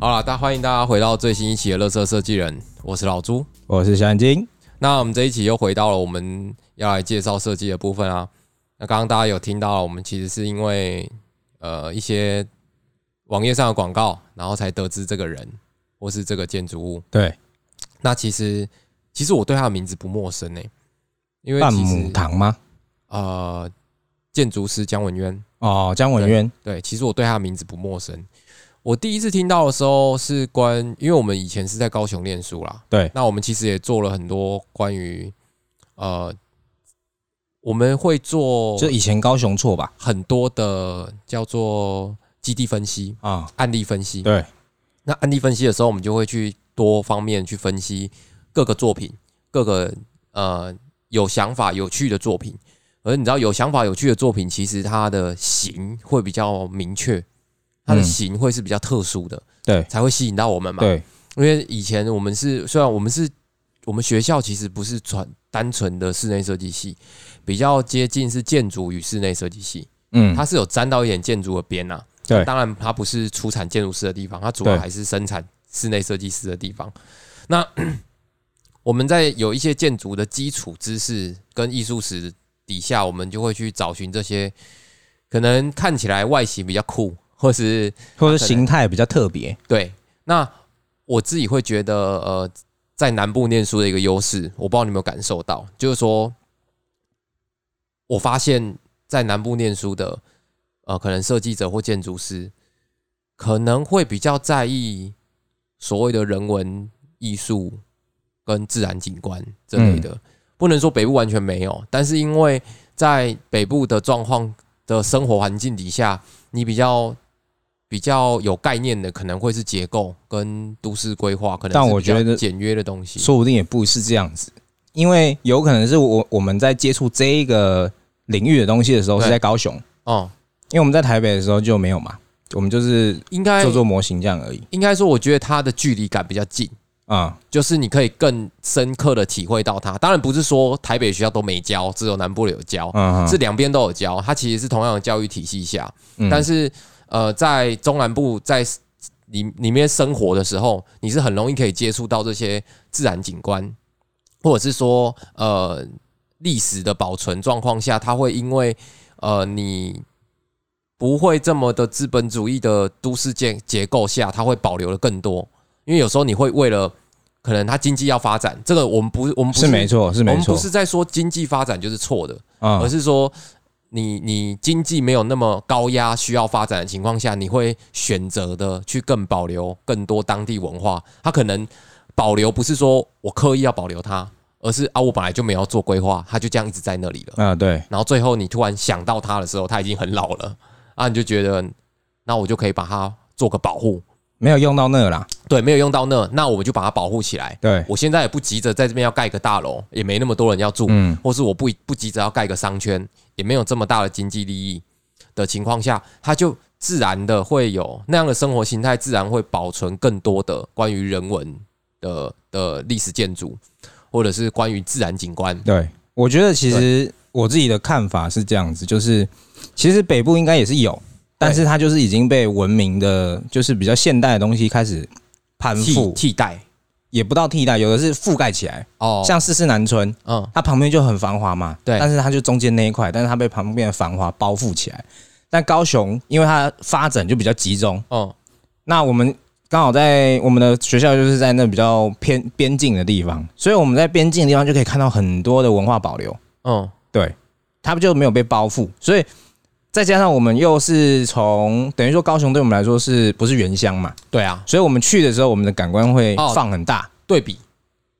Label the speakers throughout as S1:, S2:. S1: 好了，大欢迎大家回到最新一期的《乐色设计人》，我是老朱。
S2: 我是小眼睛，
S1: 那我们这一期又回到了我们要来介绍设计的部分啊。那刚刚大家有听到，我们其实是因为呃一些网页上的广告，然后才得知这个人或是这个建筑物。
S2: 对，
S1: 那其实其实我对他的名字不陌生呢、因为
S2: 半
S1: 其
S2: 亩
S1: 实
S2: 堂吗？
S1: 呃建筑师姜文渊，
S2: 哦，姜文渊，
S1: 对，其实我对他的名字不陌生。我第一次听到的时候是关，因为我们以前是在高雄念书啦。
S2: 对
S1: 那我们其实也做了很多关于呃，我们会做
S2: 就以前高雄错吧？
S1: 很多的叫做基地分析、
S2: 啊，
S1: 案例分析。
S2: 对，
S1: 那案例分析的时候，我们就会去多方面去分析各个作品、各个呃有想法、有趣的作品。而你知道，有想法、有趣的作品，其实它的型会比较明确，它的
S2: 嗯
S1: 型会是比较特殊的，
S2: 对
S1: 才会吸引到我们嘛。
S2: 对，
S1: 因为以前我们是虽然我们是我们学校其实不是传单纯的室内设计系，比较接近是建筑与室内设计系，
S2: 嗯，
S1: 它是有沾到一点建筑的边呐、啊。
S2: 对
S1: 当然它不是出产建筑师的地方，它主要
S2: 对
S1: 还是生产室内设计师的地方。那 我们在有一些建筑的基础知识跟艺术史底下，我们就会去找寻这些可能看起来外形比较酷，或是
S2: 或者形态比较特别，
S1: 对，那我自己会觉得，呃，在南部念书的一个优势，我不知道你有没有感受到，就是说，我发现，在南部念书的，呃，可能设计者或建筑师，可能会比较在意所谓的人文艺术跟自然景观这类的。不能说北部完全没有，但是因为在北部的状况的生活环境底下，你比较比较有概念的，可能会是结构跟都市规划，可能
S2: 但
S1: 是
S2: 我
S1: 比较
S2: 觉得
S1: 简约的东西。
S2: 说不定也不是这样子，因为有可能是我我们在接触这一个领域的东西的时候
S1: 对
S2: 是在高雄，
S1: 哦、
S2: 因为我们在台北的时候就没有嘛，我们就是
S1: 应该
S2: 做做模型这样而已
S1: 应该说，我觉得它的距离感比较近，
S2: 啊，
S1: 就是你可以更深刻的体会到它。当然不是说台北学校都没教，只有南部有教，
S2: 嗯，
S1: 哦是两边都有教。它其实是同样的教育体系下，
S2: 嗯
S1: 但是呃，在中南部在里里面生活的时候，你是很容易可以接触到这些自然景观，或者是说呃历史的保存状况下，它会因为呃你不会这么的资本主义的都市建结构下，它会保留的更多，因为有时候你会为了可能它经济要发展，这个我们不我们不
S2: 是没。错，是
S1: 我
S2: 没
S1: 们
S2: 错
S1: 不，是在说经济发展就是错的，
S2: 啊
S1: 而，是说你你经济没有那么高压需要发展的情况下，你会选择的去更保留更多当地文化。它可能保留不是说我刻意要保留它，而是啊我本来就没有做规划，它就这样一直在那里了。
S2: 啊，对，
S1: 然后最后你突然想到它的时候，它已经很老了啊，你就觉得那我就可以把它做个保护。
S2: 没有用到那啦，
S1: 对，没有用到那，那我就把它保护起来。
S2: 对，
S1: 我现在也不急着在这边要盖个大楼，也没那么多人要住，
S2: 嗯
S1: 或是我不不急着要盖个商圈，也没有这么大的经济利益的情况下，它就自然的会有那样的生活形态，自然会保存更多的关于人文的的历史建筑，或者是关于自然景观。
S2: 对，我觉得其实我自己的看法是这样子，就是其实北部应该也是有，但是它就是已经被文明的，就是比较现代的东西开始攀
S1: 替
S2: 附，
S1: 替代
S2: 也不到替代，有的是覆盖起来。
S1: 哦，
S2: 像四四南村，
S1: 嗯
S2: 它旁边就很繁华嘛，
S1: 对
S2: 但是它就中间那一块，但是它被旁边的繁华包覆起来。但高雄因为它发展就比较集中，
S1: 哦
S2: 那我们刚好在我们的学校就是在那比较偏边境的地方，所以我们在边境的地方就可以看到很多的文化保留。
S1: 嗯
S2: 对，他就没有被包覆，所以再加上我们又是从等于说高雄对我们来说是不是原乡嘛，
S1: 对啊，
S2: 所以我们去的时候我们的感官会
S1: 哦
S2: 放很大，
S1: 对比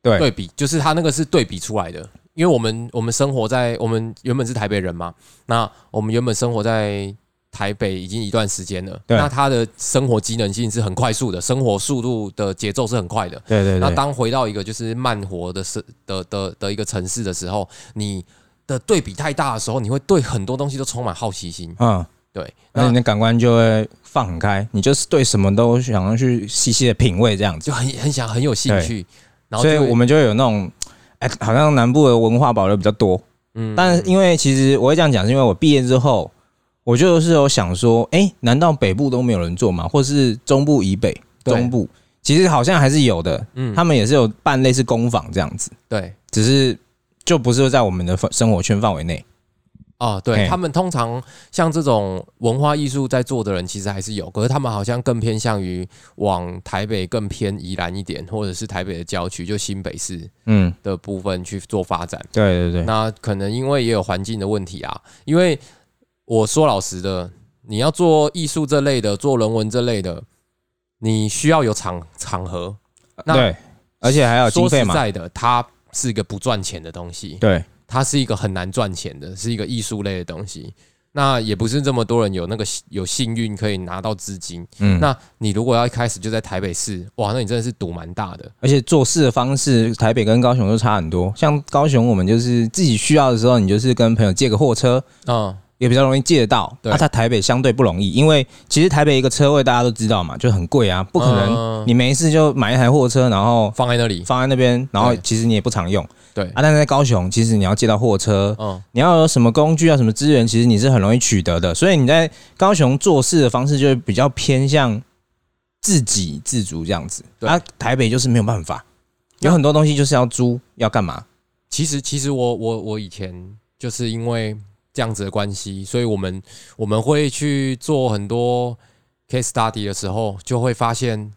S2: 对
S1: 对比，就是他那个是对比出来的。因为我们我们生活在我们原本是台北人嘛，那我们原本生活在台北已经一段时间了，
S2: 对
S1: 那他的生活机能性是很快速的，生活速度的节奏是很快的。
S2: 对对
S1: 那当回到一个就是慢活的是的的的一个城市的时候，你的对比太大的时候，你会对很多东西都充满好奇心。
S2: 嗯，
S1: 对，
S2: 那
S1: 那
S2: 你的感官就会放很开，你就是对什么都想要去细细的品味这样子，
S1: 就很很想很有兴趣，然后
S2: 所以
S1: 就会
S2: 我们就会有那种。哎，好像南部的文化保留比较多，
S1: 嗯
S2: 但是因为其实我会这样讲，是因为我毕业之后，我就是有想说，哎、难道北部都没有人做吗？或是中部以北，
S1: 对
S2: 中部，其实好像还是有的，
S1: 嗯，
S2: 他们也是有办类似工坊这样子，
S1: 对
S2: 只是就不是在我们的生活圈范围内。
S1: 哦，对
S2: 嘿
S1: 他们通常像这种文化艺术在做的人，其实还是有，可是他们好像更偏向于往台北更偏宜兰一点，或者是台北的郊区，就新北市
S2: 嗯，
S1: 的部分去做发展。
S2: 对对对，
S1: 那可能因为也有环境的问题啊，因为我说老实的，你要做艺术这类的，做人文这类的，你需要有场场合。那
S2: 对，而且还有经
S1: 说
S2: 费
S1: 实
S2: 嘛，
S1: 在的，它是一个不赚钱的东西，
S2: 对，
S1: 它是一个很难赚钱的，是一个艺术类的东西。那也不是这么多人有那个有幸运可以拿到资金。
S2: 嗯，
S1: 那你如果要一开始就在台北市，哇，那你真的是赌蛮大的。
S2: 而且做事的方式，台北跟高雄都差很多。像高雄，我们就是自己需要的时候，你就是跟朋友借个货车，
S1: 嗯，
S2: 也比较容易借得到。
S1: 对
S2: 那、它台北相对不容易，因为其实台北一个车位大家都知道嘛，就很贵啊，不可能
S1: 嗯
S2: 你没事就买一台货车，然后
S1: 放在那里，
S2: 放在那边，然后
S1: 对
S2: 其实你也不常用啊。
S1: 对，
S2: 但是在高雄，其实你要借到货车，
S1: 嗯，
S2: 你要有什么工具啊、什么资源，其实你是很容易取得的。所以你在高雄做事的方式就会比较偏向自给自足这样子。
S1: 对
S2: 啊，台北就是没有办法，有很多东西就是要租，要干嘛？
S1: 其实，其实我我我以前就是因为这样子的关系，所以我们我们会去做很多 case study 的时候，就会发现，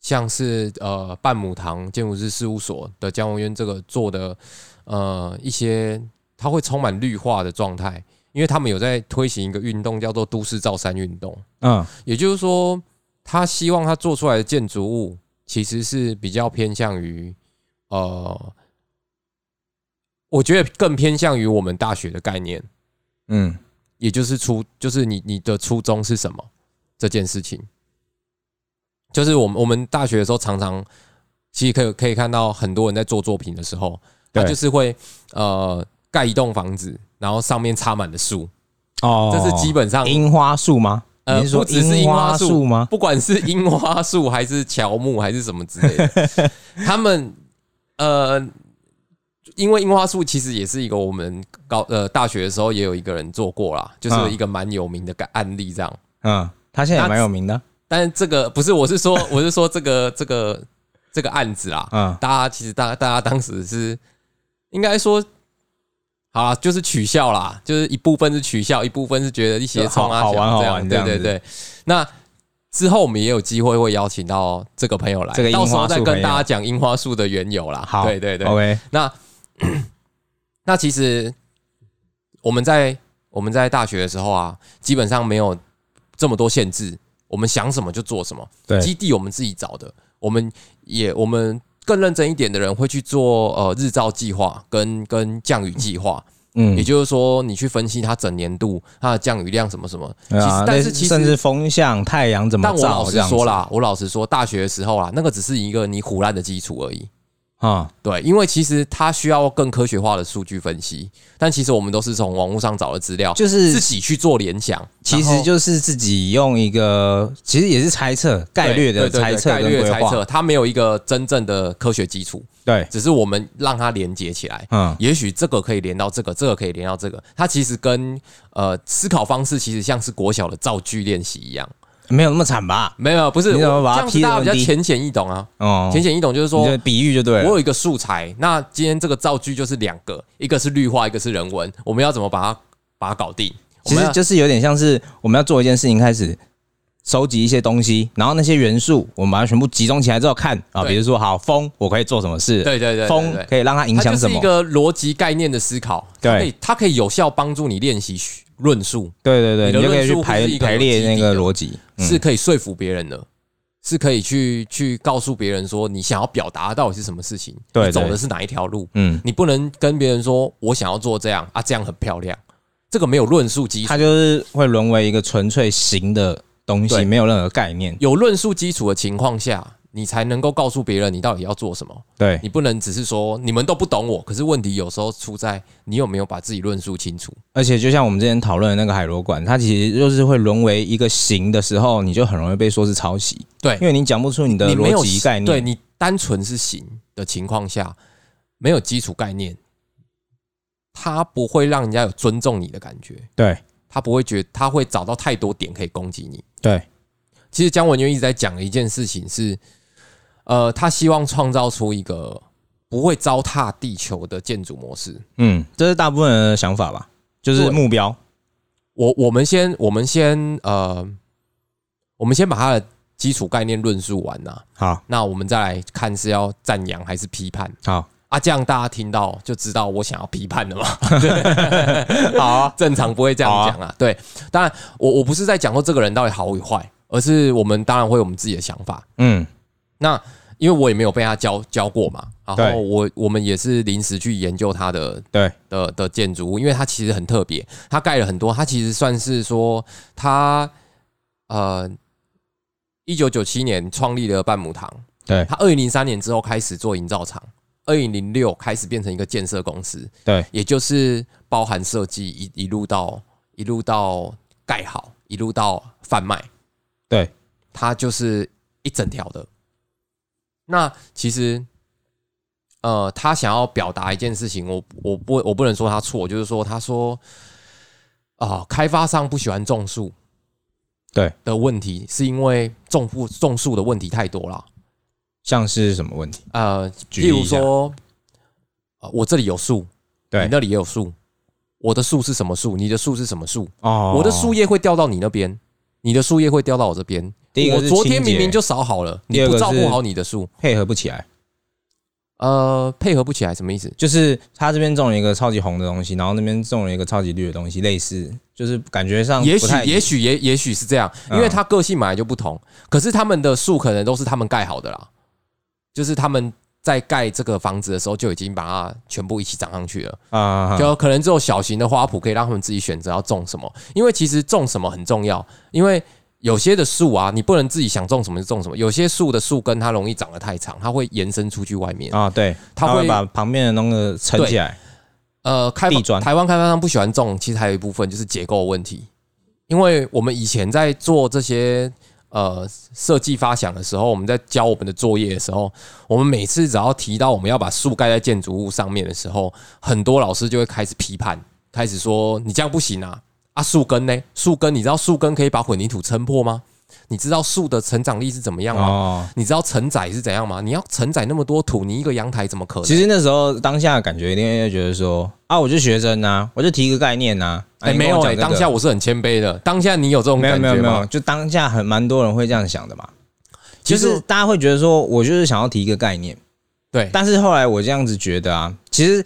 S1: 像是呃半亩堂建筑师事务所的江文渊这个做的呃一些，它会充满绿化的状态，因为他们有在推行一个运动叫做都市造山运动，
S2: 嗯，
S1: 也就是说，他希望他做出来的建筑物其实是比较偏向于，呃，我觉得更偏向于我们大学的概念，
S2: 嗯，
S1: 也就是初，就是你你的初衷是什么这件事情。就是我们我们大学的时候，常常其实可以可以看到很多人在做作品的时候，他
S2: 对
S1: 就是会呃盖一栋房子，然后上面插满了树，
S2: 哦
S1: 这是基本上
S2: 樱花树吗？
S1: 呃
S2: 你是说
S1: 不只是樱花树
S2: 树吗？
S1: 不管是樱花树还是乔木还是什么之类的，他们呃，因为樱花树其实也是一个我们高呃大学的时候也有一个人做过啦，就是一个蛮有名的个案例这样。
S2: 嗯，它现在也蛮有名的。
S1: 但是这个不是，我是说我是说这个这个这个案子啦，
S2: 嗯，
S1: 大家其实大大家当时是应该说。好啦，就是取笑啦，就是一部分是取笑，一部分是觉得一些冲啊
S2: 好好玩
S1: 小这样
S2: 好玩这
S1: 对
S2: 样
S1: 对
S2: 子
S1: 对。那之后我们也有机会会邀请到这个朋友来，
S2: 这个樱花
S1: 到
S2: 树
S1: 时候再
S2: 朋
S1: 跟
S2: 友
S1: 大家讲樱花树的缘由啦。
S2: 好，
S1: 对对对。
S2: ，OK，
S1: 那那其实我们在我们在大学的时候啊，基本上没有这么多限制，我们想什么就做什么。
S2: 对
S1: 基地我们自己找的，我们也我们更认真一点的人会去做呃日照计划跟跟降雨计划，
S2: 嗯
S1: 也，就是说你去分析它整年度它的降雨量什么什么。
S2: 对啊
S1: 其实但
S2: 类
S1: 是
S2: 似
S1: 其实
S2: 甚至风向、太阳怎么
S1: 但我
S2: 照
S1: 老
S2: 这
S1: 实
S2: 样子
S1: 说啦，我老实说，大学的时候啦，那个只是一个你胡乱的基础而已。
S2: 啊，
S1: 对，因为其实它需要更科学化的数据分析，但其实我们都是从网络上找的资料，
S2: 就是
S1: 自己去做联想，
S2: 其
S1: 然
S2: 实
S1: 后
S2: 就是自己用一个，其实也是猜测、概率
S1: 对
S2: 的
S1: 对对
S2: 猜测
S1: 概
S2: 跟
S1: 率的
S2: 规
S1: 猜
S2: 划。
S1: 测，它没有一个真正的科学基础，
S2: 对，
S1: 只是我们让它连接起来。
S2: 嗯，
S1: 也许这个可以连到这个，这个可以连到这个。它其实跟呃思考方式其实像是国小的造句练习一样，
S2: 没有那么惨吧？
S1: 没有不是我
S2: 你怎么
S1: 这
S2: 把它
S1: 样子
S2: 劈得
S1: 大家比较
S2: 很低
S1: 浅显易懂啊，
S2: 哦，
S1: 浅显易懂就是说
S2: 你的比喻就对
S1: 我
S2: 了。
S1: 有一个素材，那今天这个造句就是两个，一个是绿化，一个是人文，我们要怎么把它把它搞定？我
S2: 其
S1: 们
S2: 实
S1: 要
S2: 就是有点像是我们要做一件事情，开始收集一些东西，然后那些元素我们把它全部集中起来之后看啊，
S1: 对
S2: 比如说好风，我可以做什么事？
S1: 对对对对
S2: 风
S1: 对
S2: 可以让它影
S1: 它
S2: 响
S1: 就
S2: 什
S1: 是一
S2: 么？
S1: 个逻辑概念的思考，
S2: 对
S1: 它可以它可以有效帮助你练习叙论述，
S2: 对对对，
S1: 你
S2: 你
S1: 的
S2: 就可以
S1: 论述
S2: 去排
S1: 不是一个
S2: 排列那个逻辑。嗯
S1: 是可以说服别人的，是可以去去告诉别人说你想要表达的到底是什么事情，
S2: 对
S1: 你走
S2: 对
S1: 的是哪一条路，
S2: 嗯，
S1: 你不能跟别人说我想要做这样啊，这样很漂亮，这个没有论述基础
S2: 它。就是会沦为一个纯粹形的东西，
S1: 对
S2: 没有任何概念。
S1: 有论述基础的情况下，你才能够告诉别人你到底要做什么。
S2: 对，
S1: 你不能只是说你们都不懂我，可是问题有时候出在你有没有把自己论述清楚。
S2: 而且就像我们之前讨论的那个海螺馆，它其实就是会沦为一个形的时候，你就很容易被说是抄袭，
S1: 对
S2: 因为你讲不出你的
S1: 你没
S2: 逻
S1: 有
S2: 辑概念。
S1: 对你单纯是行的情况下，没有基础概念，他不会让人家有尊重你的感觉，
S2: 对
S1: 他不会觉得他会找到太多点可以攻击你。
S2: 对
S1: 其实姜文渊一直在讲的一件事情是，呃，他希望创造出一个不会糟蹋地球的建筑模式。
S2: 嗯，这是大部分人的想法吧，就是
S1: 对
S2: 目标。
S1: 我我们先我们先呃，我们先把它的基础概念论述完呐、啊
S2: 好，
S1: 那我们再来看是要赞扬还是批判
S2: 好，
S1: 啊？这样大家听到就知道我想要批判了嘛。 好、正常不会这样讲啊。对，当然我我不是在讲说这个人到底好与坏，而是我们当然会有我们自己的想法。
S2: 嗯，
S1: 那因为我也没有被他教教过嘛，然
S2: 对
S1: 后我我们也是临时去研究他的
S2: 对，
S1: 的的建筑物，因为它其实很特别，它盖了很多，它其实算是说它呃一九九七年创立了半亩堂，
S2: 对
S1: 它二零零三年之后开始做营造厂，二零零六开始变成一个建设公司，
S2: 对，
S1: 也就是包含设计一一路到一路到盖好，一路到贩卖，
S2: 对，
S1: 它就是一整条的。那其实，呃，他想要表达一件事情，我我不我不能说他错，就是说他说啊、开发商不喜欢种树，
S2: 对
S1: 的问题是因为种不种树的问题太多了，
S2: 像是什么问题？
S1: 呃，
S2: 举
S1: 例
S2: 例
S1: 如
S2: 一下
S1: 说，呃我这里有树，你
S2: 对，
S1: 那里也有树，我的树是什么树？你的树是什么树？
S2: 哦
S1: 我的树，叶会掉到你那边，你的树叶会掉到我这边。
S2: 第一个
S1: 我
S2: 是
S1: 昨天
S2: 清洁
S1: 明明就扫好了，
S2: 第
S1: 你
S2: 二
S1: 不
S2: 个
S1: 照顾
S2: 是
S1: 好你的树，
S2: 配合不起来，
S1: 呃，配合不起来，什么意思？
S2: 就是他这边种了一个超级红的东西，然后那边种了一个超级绿的东西，类似，就是感觉上
S1: 也
S2: 嗯
S1: 许
S2: 不太，
S1: 也许也也许是这样，因为
S2: 嗯
S1: 他个性本来就不同。可是他们的树可能都是他们盖好的啦，就是他们在盖这个房子的时候就已经把它全部一起长上去了。
S2: 啊啊，啊
S1: 就可能只有小型的花圃可以让他们自己选择要种什么，因为其实种什么很重要，因为有些的树啊，你不能自己想种什么就种什么，有些树的树根它容易长得太长，它会延伸出去外面。
S2: 啊，对，
S1: 他
S2: 他
S1: 会
S2: 会把旁边的弄个撑起来，
S1: 呃，开
S2: 地
S1: 发
S2: 砖
S1: 台湾开发商不喜欢种，其实还有一部分就是结构问题，因为我们以前在做这些呃设计发想的时候，我们在教我们的作业的时候，我们每次只要提到我们要把树盖在建筑物上面的时候，很多老师就会开始批判，开始说你这样不行啊啊树根呢？树根你知道树根可以把混凝土撑破吗？你知道树的成长力是怎么样吗？
S2: 哦，
S1: 你知道承载是怎样吗？你要承载那么多土，你一个阳台怎么可能？
S2: 其实那时候当下感觉一定会觉得说啊，我就学生呐、啊，我就提一个概念呐、啊，
S1: 哎、没有哎、
S2: 哎、
S1: 当下我是很谦卑的。当下你有这种
S2: 没有
S1: 感
S2: 没
S1: 觉吗？
S2: 有没有，就当下很蛮多人会这样想的嘛，
S1: 其
S2: 就
S1: 实
S2: 是大家会觉得说我就是想要提一个概念，
S1: 对
S2: 但是后来我这样子觉得啊，其实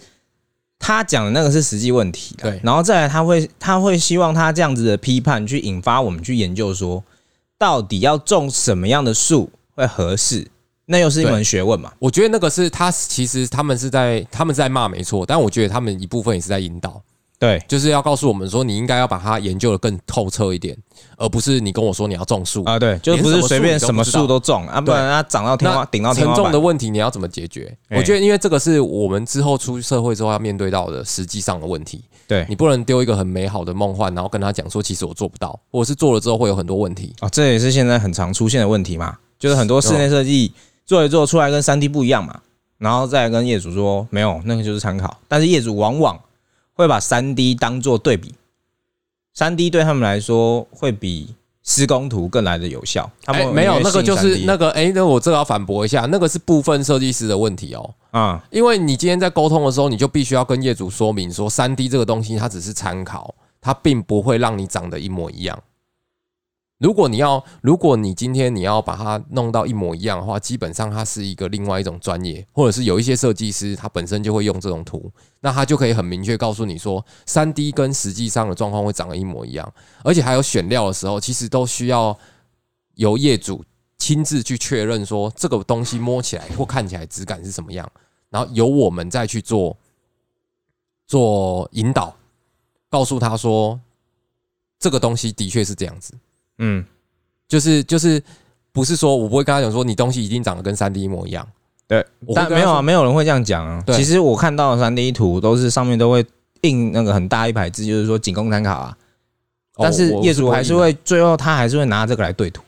S2: 他讲的那个是实际问题啦
S1: 对
S2: 然后再来他会他会希望他这样子的批判去引发我们去研究说，到底要种什么样的树会合适，那又是一
S1: 对
S2: 门学问嘛，
S1: 我觉得那个是他，其实他们是在他们是在骂没错，但我觉得他们一部分也是在引导，
S2: 对
S1: 就是要告诉我们说，你应该要把它研究的更透彻一点，而不是你跟我说你要种树。
S2: 啊对，就是不
S1: 连什
S2: 是
S1: 么
S2: 随便
S1: 树你都
S2: 什么
S1: 不知道
S2: 树都种啊，不然它长到天花
S1: 那
S2: 顶到天
S1: 沉
S2: 花
S1: 重
S2: 板
S1: 的问题，你要怎么解决？
S2: 哎
S1: 我觉得，因为这个是我们之后出社会之后要面对到的实际上的问题。
S2: 对
S1: 你不能丢一个很美好的梦幻，然后跟他讲说，其实我做不到，或者是做了之后会有很多问题。
S2: 哦，这也是现在很常出现的问题嘛，就是很多室内设计做一做出来跟三 D 不一样嘛，然后再跟业主说没有，那个就是参考，但是业主往往会把三 D 当做对比，三 D 对他们来说会比施工图更来的有效，他们
S1: 哎没有
S2: 因为
S1: 那个
S2: 信
S1: 就是那
S2: 3D
S1: 个哎、那我这个要反驳一下，那个是部分设计师的问题哦。
S2: 啊、
S1: 因为你今天在沟通的时候，你就必须要跟业主说明说，三 D 这个东西它只是参考，它并不会让你长得一模一样。如果你要，如果你今天你要把它弄到一模一样的话，基本上它是一个另外一种专业，或者是有一些设计师他本身就会用这种图，那他就可以很明确告诉你说，三 D 跟实际上的状况会长得一模一样，而且还有选料的时候，其实都需要由业主亲自去确认说这个东西摸起来或看起来质感是什么样。然后由我们再去做做引导，告诉他说这个东西的确是这样子，
S2: 嗯，
S1: 就是就是不是说我不会跟他讲说你东西一定长得跟三 D 一模一样，
S2: 对
S1: 我会
S2: 但
S1: 跟他
S2: 没有啊，
S1: 说
S2: 没有人会这样讲啊。
S1: 对
S2: 其实我看到的三 D 图都是上面都会印那个很大一排字，就是说仅供参考啊，
S1: 哦
S2: 但是
S1: 我
S2: 业主还是
S1: 不
S2: 会最后他还是会拿这个来对图。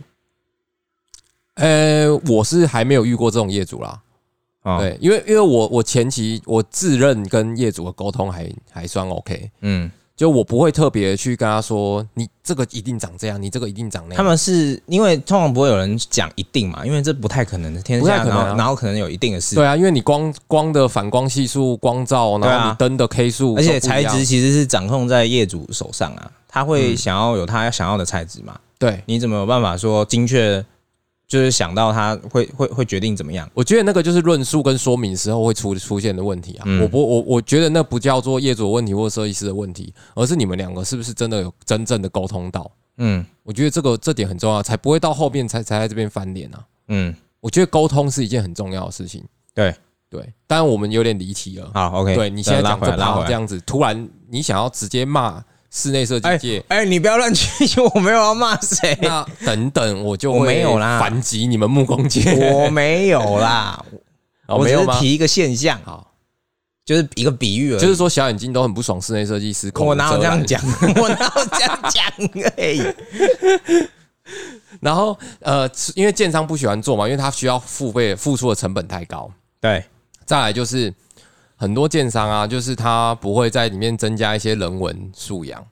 S1: 呃，我是还没有遇过这种业主啦，
S2: 啊。
S1: 对，因为因为我我前期我自认跟业主的沟通还还算 OK，
S2: 嗯，
S1: 就我不会特别去跟他说，你这个一定长这样，你这个一定长那
S2: 他
S1: 样。
S2: 们是因为通常不会有人讲一定嘛，因为这不太可能，天
S1: 不太
S2: 下
S1: 可能
S2: 哪
S1: 啊
S2: 有哪有可能有一定的事？
S1: 对啊，因为你光光的反光系数、光照，
S2: 对
S1: 然
S2: 啊
S1: 后你灯的 K 数，
S2: 而且材质其实是掌控在业主手上啊，他
S1: 嗯
S2: 会想要有他想要的材质嘛？
S1: 对，
S2: 你怎么有办法说精确？就是想到他会会会决定怎么样？
S1: 我觉得那个就是论述跟说明时候会出出现的问题啊。
S2: 嗯
S1: 我不，我我觉得那不叫做业主的问题或设计师的问题，而是你们两个是不是真的有真正的沟通到？
S2: 嗯
S1: 我觉得这个这点很重要，才不会到后面才才在这边翻脸啊。
S2: 嗯，
S1: 我觉得沟通是一件很重要的事情。
S2: 对
S1: 对，当然我们有点离题了。
S2: 好，OK。
S1: 对你现在
S2: 拉
S1: 讲
S2: 回
S1: 这
S2: 来，拉
S1: 趴
S2: 回
S1: 这
S2: 来。
S1: 样子，突然你想要直接骂室内设计界，
S2: 哎、你不要乱去， 我没有要骂谁，
S1: 那哎等等我就
S2: 我
S1: 会
S2: 没有啦
S1: 反击你们木工界。
S2: 我没有啦，
S1: 哦
S2: 我
S1: 没
S2: 只
S1: 有
S2: 是
S1: 吗？
S2: 提一个现象，
S1: 好，
S2: 就是一个比喻而已。
S1: 就是说小眼睛都很不爽室内设计师，口无
S2: 我哪
S1: 遮
S2: 有这
S1: 拦
S2: 样讲？我哪有这样讲？哎、啊
S1: 然后呃，因为建商不喜欢做嘛，因为他需要付费付出的成本太高。
S2: 对，
S1: 再来就是很多建商啊，就是他不会在里面增加一些人文素养。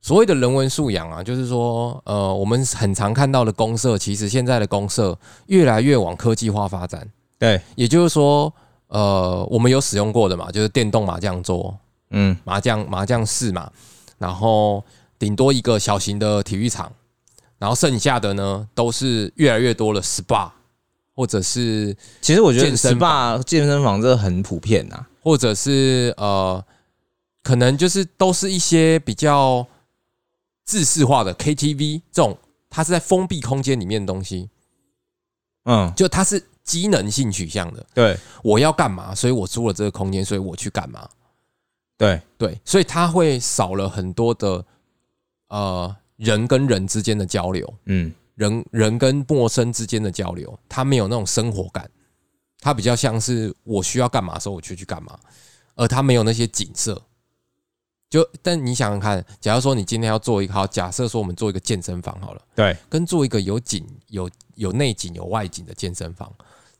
S1: 所谓的人文素养啊，就是说，呃，我们很常看到的公社，其实现在的公社越来越往科技化发展。
S2: 对，
S1: 也就是说，呃，我们有使用过的嘛，就是电动麻将桌、
S2: 嗯，
S1: 麻将麻将室嘛，然后顶多一个小型的体育场，然后剩下的呢，都是越来越多的 SPA，或者是
S2: 其实我觉得
S1: 健身
S2: SPA 健身房这很普遍啊呐、
S1: 或者是呃，可能就是都是一些比较制式化的 KTV 这种，它是在封闭空间里面的东西，
S2: 嗯，
S1: 就它是机能性取向的。
S2: 对
S1: 我要干嘛，所以我租了这个空间，所以我去干嘛。
S2: 对，
S1: 对，所以它会少了很多的呃人跟人之间的交流，
S2: 嗯，
S1: 人人跟陌生之间的交流，它没有那种生活感，它比较像是我需要干嘛的时候我就去干嘛，而它没有那些景色。就但你想想看，假如说你今天要做一个好，假设说我们做一个健身房好了，
S2: 对，
S1: 跟做一个有景有有内景有外景的健身房，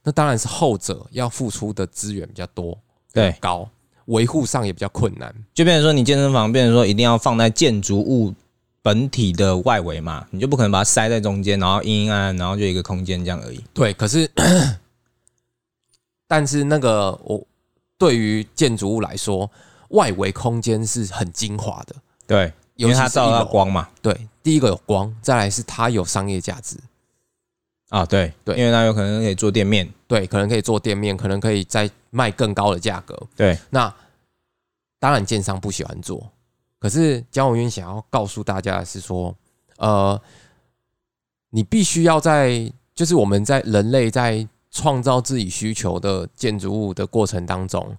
S1: 那当然是后者要付出的资源比较多，
S2: 对
S1: 比较高，维护上也比较困难。
S2: 就变成说你健身房，变成说一定要放在建筑物本体的外围嘛，你就不可能把它塞在中间，然后阴阴暗暗，然后就一个空间这样而已。
S1: 对，可是， 但是那个我对于建筑物来说，外围空间是很精华的，
S2: 对，
S1: 尤
S2: 因为
S1: 其
S2: 它
S1: 是
S2: 照
S1: 一
S2: 到
S1: 楼。
S2: 光嘛。
S1: 对，第一个有光，再来是它有商业价值。
S2: 啊，对
S1: 对
S2: 因为它有可能可以做店面。
S1: 对，可能可以做店面，可能可以再卖更高的价格。
S2: 对，
S1: 那当然，建商不喜欢做，可是江文渊想要告诉大家的是说，呃，你必须要在，就是我们在人类在创造自己需求的建筑物的过程当中，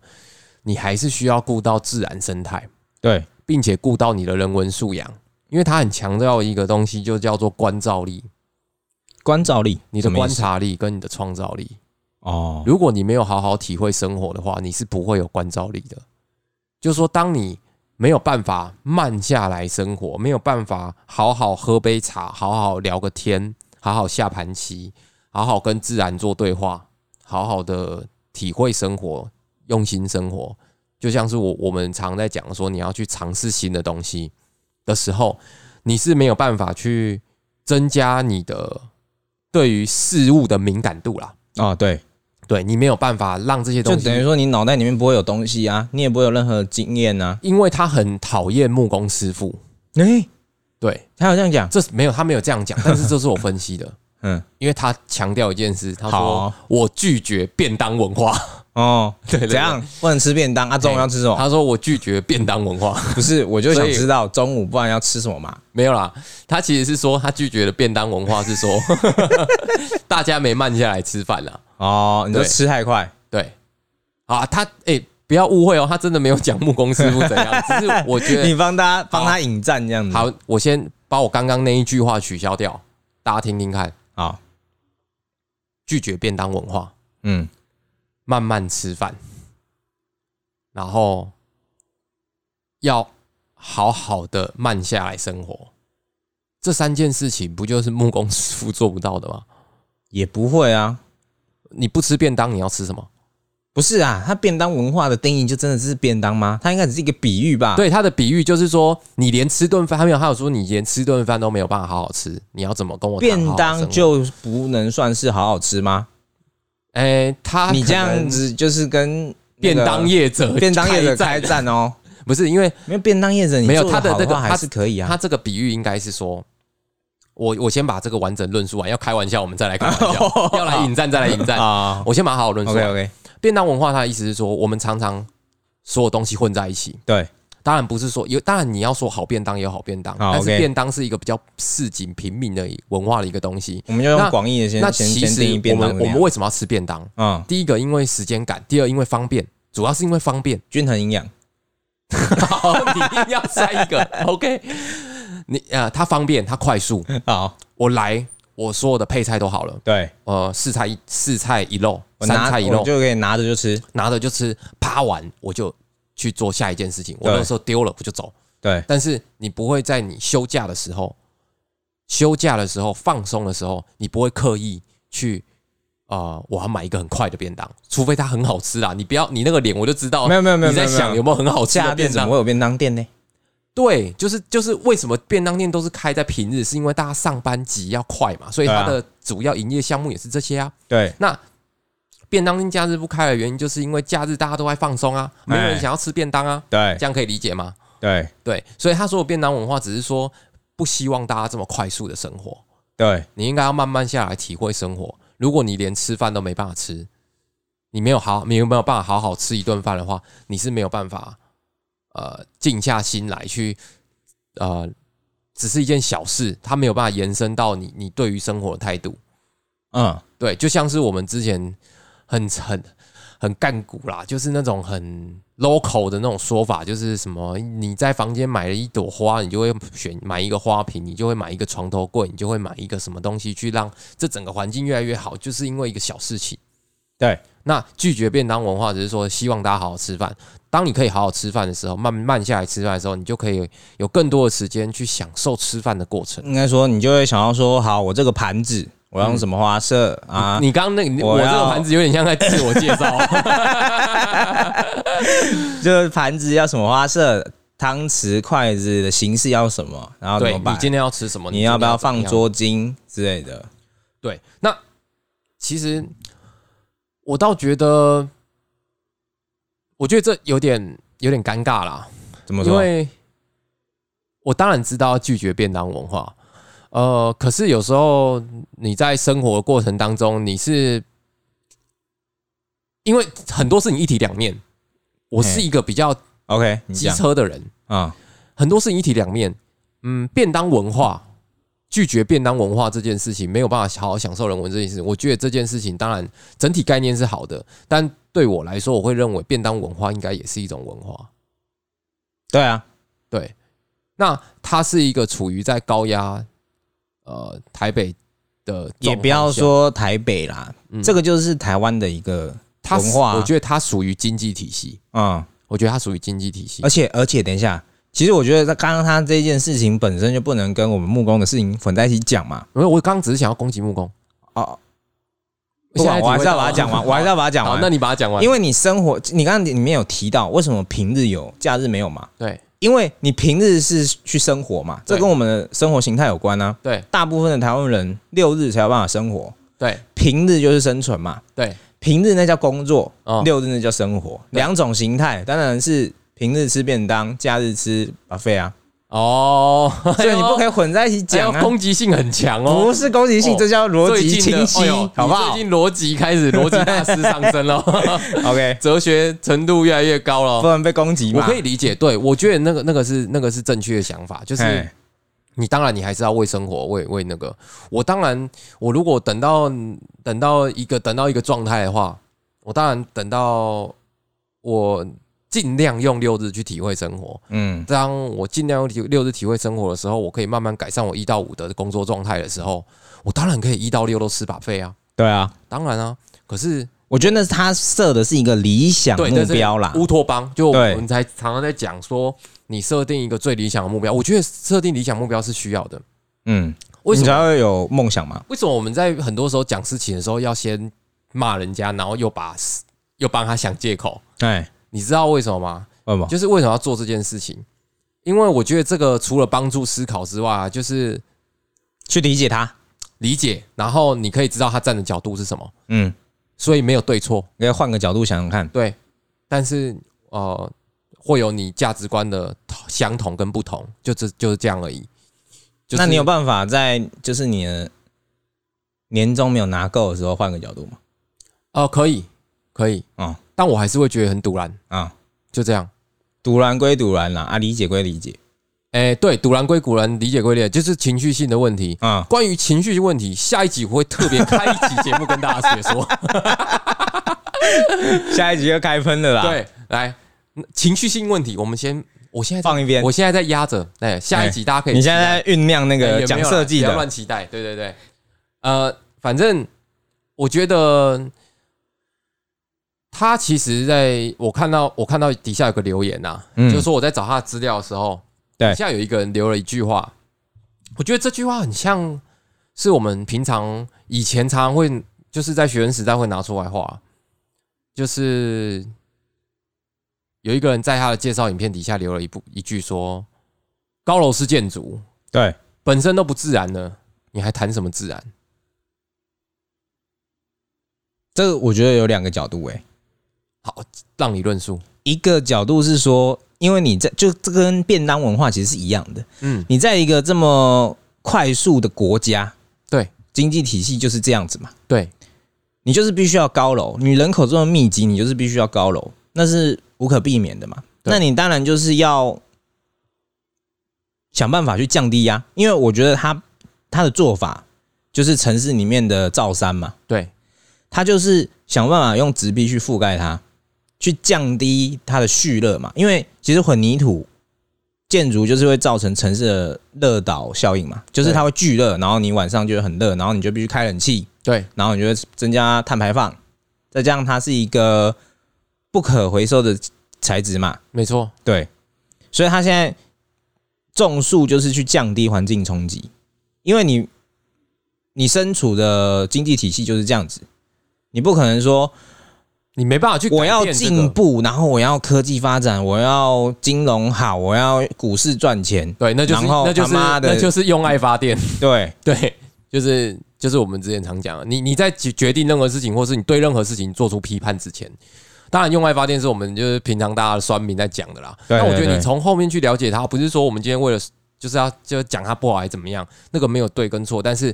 S1: 你还是需要顾到自然生态，
S2: 对，
S1: 并且顾到你的人文素养，因为它很强调一个东西，就叫做关照力、
S2: 关照力，
S1: 你
S2: 什
S1: 的
S2: 么意
S1: 观
S2: 思
S1: 察力跟你的创造力。
S2: 哦，
S1: 如果你没有好好体会生活的话，你是不会有关照力的。就是说，当你没有办法慢下来生活，没有办法好好喝杯茶，好好聊个天，好好下盘棋，好好跟自然做对话，好好的体会生活，用心生活，就像是我我们常在讲说，你要去尝试新的东西的时候，你是没有办法去增加你的对于事物的敏感度啦。
S2: 哦，对，
S1: 对你没有办法让这些
S2: 就
S1: 东
S2: 等于
S1: 西，
S2: 说你脑袋里面不会有东西啊，你也不会有任何经验啊。
S1: 因为他很讨厌木工师傅。
S2: 诶，
S1: 对，
S2: 他有这样讲，
S1: 这是没有他没有这样讲，但是这是我分析 的，
S2: 嗯，
S1: 因为他强调一件事，他
S2: 好
S1: 说
S2: 哦
S1: 我拒绝便当文化，
S2: 哦，
S1: 对哎对
S2: 怎样不能吃便当啊？中午要吃什么？
S1: 他说我拒绝便当文化，
S2: 不是，我就想
S1: 所以
S2: 知道中午不然要吃什么嘛？
S1: 没有啦，他其实是说他拒绝的便当文化是说 大家没慢下来吃饭啦。
S2: 哦，你就
S1: 对
S2: 吃太快，
S1: 对，啊，他诶，不要误会哦，他真的没有讲木工师傅怎样，只是我觉
S2: 你
S1: 得
S2: 帮他帮他引战这样子。，
S1: 好，我先把我刚刚那一句话取消掉，大家听听看。
S2: 好，
S1: 拒绝便当文化，
S2: 嗯，
S1: 慢慢吃饭，然后要好好的慢下来生活。这三件事情不就是木工师傅做不到的吗？
S2: 也不会啊，
S1: 你不吃便当，你要吃什么？
S2: 不是啊，它便当文化的定义就真的是便当吗？它应该只是一个比喻吧？，
S1: 对他的比喻就是说，你连吃顿饭，他没有，他有说你连吃顿饭都没有办法好好吃，你要怎么跟我谈好好
S2: 便当
S1: 生活
S2: 就不能算是好好吃吗？
S1: 哎、他
S2: 你
S1: 可
S2: 这
S1: 能
S2: 样子就是跟那
S1: 便
S2: 个
S1: 当业者
S2: 便当业者
S1: 开
S2: 开
S1: 战，
S2: 战哦，
S1: 不是因为
S2: 没有便当业者你
S1: 没有
S2: 做
S1: 他
S2: 得
S1: 的
S2: 好
S1: 那个
S2: 话
S1: 他
S2: 还是可以啊
S1: 他。这个比喻应该是说，我我先把这个完整论述完，要开玩笑我们再来开 玩笑，要来引战再来引战，
S2: 哦啊
S1: 我先把它好好论述
S2: ，OK
S1: 完。
S2: OK，
S1: 便当文化它的意思是说，我们常常所有东西混在一起，
S2: 对，
S1: 当然不是说有，当然你要说好便当也有好便当，
S2: 好
S1: 但是
S2: OK
S1: 便当是一个比较市井平民的文化的一个东西。
S2: 我们就
S1: 那
S2: 用广义的先
S1: 那
S2: 先
S1: 其
S2: 先定义
S1: 实
S2: 便
S1: 我
S2: 当
S1: 们
S2: 这
S1: 我
S2: 样。
S1: 们为什么要吃便当？
S2: 嗯，
S1: 第一个因为时间赶，第二因为方便，主要是因为方便。
S2: 均衡营 养，
S1: 好，你一定要塞一个 OK？你呃，它方便，它快速，
S2: 好，
S1: 我来，我所有的配菜都好了，
S2: 对，
S1: 呃，四菜一四菜一肉，
S2: 我
S1: 三
S2: 拿
S1: 菜一
S2: 我
S1: 肉，
S2: 就可以拿着就吃，
S1: 拿着就吃，啪完我就去做下一件事情。我
S2: 对
S1: 那时候丢了我就走，
S2: 对，
S1: 但是你不会在你休假的时候、休假的时候、放松的时候，你不会刻意去啊、呃我要买一个很快的便当，除非它很好吃啦。你不要你那个脸，我就知道
S2: 没有没有没有
S1: 你在
S2: 没有
S1: 想
S2: 没有
S1: 有没有很好吃
S2: 下
S1: 的
S2: 店
S1: 便
S2: 怎
S1: 当
S2: 么。会有便当店呢？
S1: 对，就是就是为什么便当店都是开在平日，是因为大家上班急要快嘛，所以它
S2: 对
S1: 的主要营业项目也是这些啊。
S2: 对，
S1: 那便当店假日不开的原因，就是因为假日大家都在放松啊，没有人想要吃便当啊，
S2: 对
S1: 这，样可以理解吗？
S2: 对，
S1: 对，所以他说的便当文化只是说不希望大家这么快速的生活，
S2: 对，
S1: 你应该要慢慢下来体会生活。如果你连吃饭都没办法吃，你没有好，你有没有办法好好吃一顿饭的话，你是没有办法呃静下心来去呃，只是一件小事，它没有办法延伸到你你对于生活的态度。
S2: 嗯，
S1: 对，就像是我们之前很很很干股啦，就是那种很 local 的那种说法，就是什么你在房间买了一朵花，你就会选买一个花瓶，你就会买一个床头柜，你就会买一个什么东西去让这整个环境越来越好，就是因为一个小事情。
S2: 对，
S1: 那拒绝便当文化只是说希望大家好好吃饭。当你可以好好吃饭的时候，慢慢下来吃饭的时候，你就可以有更多的时间去享受吃饭的过程。
S2: 应该说你就会想要说，好，我这个盘子我要用什么花色啊？
S1: 你刚刚那个，
S2: 我
S1: 我这
S2: 要
S1: 个盘子有点像在自我介绍哦、
S2: 这个盘子要什么花色？汤匙、筷子的形式要什么？然啊后怎
S1: 对
S2: 么
S1: 你
S2: 摆？
S1: 今天要吃什么？
S2: 你要不要放
S1: 今天怎么样？
S2: 桌巾之类的？
S1: 对，那其实我倒觉得，我觉得这有点有点尴尬啦，
S2: 怎么
S1: 因
S2: 说？
S1: 为我当然知道要拒绝便当文化，呃，可是有时候你在生活的过程当中，你是因为很多事情一体两面。我是
S2: 嘿
S1: 一个比较
S2: OK，你
S1: 机
S2: 讲
S1: 车的人，
S2: 啊，
S1: 很多事情一体两面。嗯，便当文化拒绝便当文化这件事情，没有办法好好享受人文这件事情。我觉得这件事情当然整体概念是好的，但对我来说，我会认为便当文化应该也是一种文化。
S2: 对啊，
S1: 对，那它是一个处于在高压呃台北的状况下，
S2: 也不要说台北啦，
S1: 嗯
S2: 这个就是台湾的一个
S1: 它
S2: 文化啊
S1: 我觉得它属于经济体系，
S2: 嗯，
S1: 我觉得它属于经济体系
S2: 而。且而且，等一下，其实我觉得在刚刚他这件事情本身就不能跟我们木工的事情混在一起讲嘛。
S1: 因为我刚刚只是想要攻击木工，
S2: 哦，不管我还是要把它讲完，我还是要把它讲
S1: 好，
S2: 完。
S1: 那你把它讲完，
S2: 因
S1: 为
S2: 为你生活，你刚刚里面有提到为什么平日有，假日没有嘛？
S1: 对
S2: 因为你平日是去生活嘛，这
S1: 对
S2: 跟我们的生活形态有关啊。
S1: 对
S2: 大部分的台湾人六日才有办法生活，
S1: 对
S2: 平日就是生存嘛。
S1: 对，
S2: 平日那叫工作，
S1: 哦
S2: 六日那叫生活，
S1: 对
S2: 两种形态当然是平日吃便当，假日吃 buffet 啊，
S1: 哦，
S2: 所以你不可以混在一起
S1: 讲
S2: 讲啊。
S1: 攻击性很强哦
S2: 不。是攻击性，
S1: 哎哦
S2: 这叫逻辑
S1: 最近的
S2: 清晰
S1: 哎呦，
S2: 好
S1: 你
S2: 不好
S1: 最近逻辑开始，逻辑大师上升 了，
S2: ？OK，
S1: 哲学程度越来越高
S2: 不
S1: 了。
S2: 能被攻击
S1: 我
S2: 嘛？
S1: 可以理解，对我觉得那个那个是那个是正确的想法，就是
S2: 嘿，
S1: 你当然你还是要为生活，为为那个。我当然，我如果等到等到一个等到一个状态的话，我当然等到我尽量用六日去体会生活。
S2: 嗯，
S1: 当我尽量用体六日体会生活的时候，我可以慢慢改善我一到五的工作状态的时候，我当然可以一到六都吃把费啊，
S2: 对啊，
S1: 当然啊。可是
S2: 我觉得那是他设的是一个理想
S1: 对
S2: 目标啦
S1: 这是。乌托邦，就我
S2: 对
S1: 们才常常在讲说，你设定一个最理想的目标，我觉得设定理想目标是需要的。
S2: 嗯，
S1: 为什
S2: 你
S1: 么？
S2: 才会有梦想嘛？
S1: 为什么我们在很多时候讲事情的时候要先骂人家，然后又把又帮他想借口。
S2: 哎，
S1: 你知道为什么吗？
S2: 为什么？
S1: 就是为什么要做这件事情？因为我觉得这个除了帮助思考之外啊，就是
S2: 去理解他，
S1: 理解，然后你可以知道他站的角度是什么，
S2: 嗯，
S1: 所以没有对错，
S2: 你可以换个角度想想看，
S1: 对。但是呃，会有你价值观的相同跟不同，就这就是这样而已。就是
S2: 那你有办法在就是你的年终没有拿够的时候换个角度吗？
S1: 呃，可以，可以，
S2: 哦
S1: 但我还是会觉得很堵然，
S2: 啊，
S1: 就这样。
S2: 堵然归堵然啦，啊，理解归理解，
S1: 哎、对，堵然归堵然，理解归理解，就是情绪性的问题。
S2: 啊，
S1: 关于情绪问题，下一集我会特别开一期节目跟大家解 说。
S2: 下一集就开喷了啦，，
S1: 对，来，情绪性问题，我们先，我现在在
S2: 放一边
S1: 我。现在在压着，哎，下一集大家可以
S2: 你
S1: 期
S2: 现
S1: 待、
S2: 在在酝酿那
S1: 哎也没
S2: 个
S1: 有
S2: 讲
S1: 啦
S2: 设计
S1: 不要
S2: 的，
S1: 乱期待，对对对，呃，反正我觉得他其实在我看到我看到底下有个留言呐、啊
S2: 嗯
S1: 就是说我在找他的资料的时候，
S2: 对
S1: 底下有一个人留了一句话，我觉得这句话很像是我们平常以前常常会就是在学生时代会拿出来话，就是有一个人在他的介绍影片底下留了一部一句说：“高楼式建筑
S2: 对，
S1: 本身都不自然了，你还谈什么自然？”
S2: 这个我觉得有两个角度诶、
S1: 好，让你论述。
S2: 一个角度是说，因为你在就这跟便当文化其实是一样的，
S1: 嗯，
S2: 你在一个这么快速的国家，
S1: 对
S2: 经济体系就是这样子嘛，
S1: 对，
S2: 你就是必须要高楼，你人口这么密集，你就是必须要高楼，那是无可避免的嘛。
S1: 对
S2: 那你当然就是要想办法去降低呀，因为我觉得他他的做法就是城市里面的造山嘛，
S1: 对
S2: 他就是想办法用植壁去覆盖它，去降低它的蓄热嘛。因为其实混凝土建筑就是会造成城市的热岛效应嘛，就是它会聚热，然后你晚上就会很热，然后你就必须开冷气，
S1: 对
S2: 然后你就会增加碳排放。再加上它是一个不可回收的材质嘛，
S1: 没错，
S2: 对，所以它现在种树就是去降低环境冲击，因为你你身处的经济体系就是这样子，你不可能说
S1: 你没办法去、
S2: 我要进。步，然后我要科技发展，我要金融好，我要股市赚钱，
S1: 对，那就是
S2: 然后
S1: 那就是
S2: 他妈的
S1: 那就是用爱发电。
S2: 对
S1: 对，就是就是我们之前常讲的，你你在决决定任何事情，或是你对任何事情做出批判之前，当然用爱发电是我们就是平常大家的酸民在讲的啦。
S2: 对
S1: 但我
S2: 对
S1: 觉得
S2: 对
S1: 你从后面去了解它，不是说我们今天为了就是要就讲它不好还是怎么样，那个没有对跟错，但是